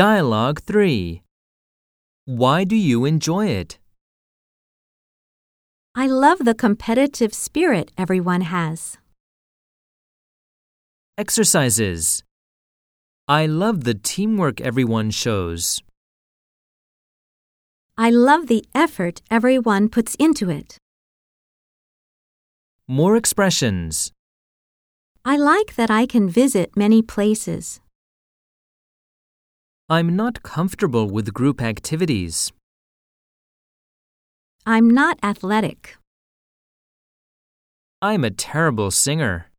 Dialogue 3 Why do you enjoy it? I love the competitive spirit everyone has. Exercises I love the teamwork everyone shows. I love the effort everyone puts into it. More expressions. I like that I can visit many places. I'm not comfortable with group activities. I'm not athletic. I'm a terrible singer.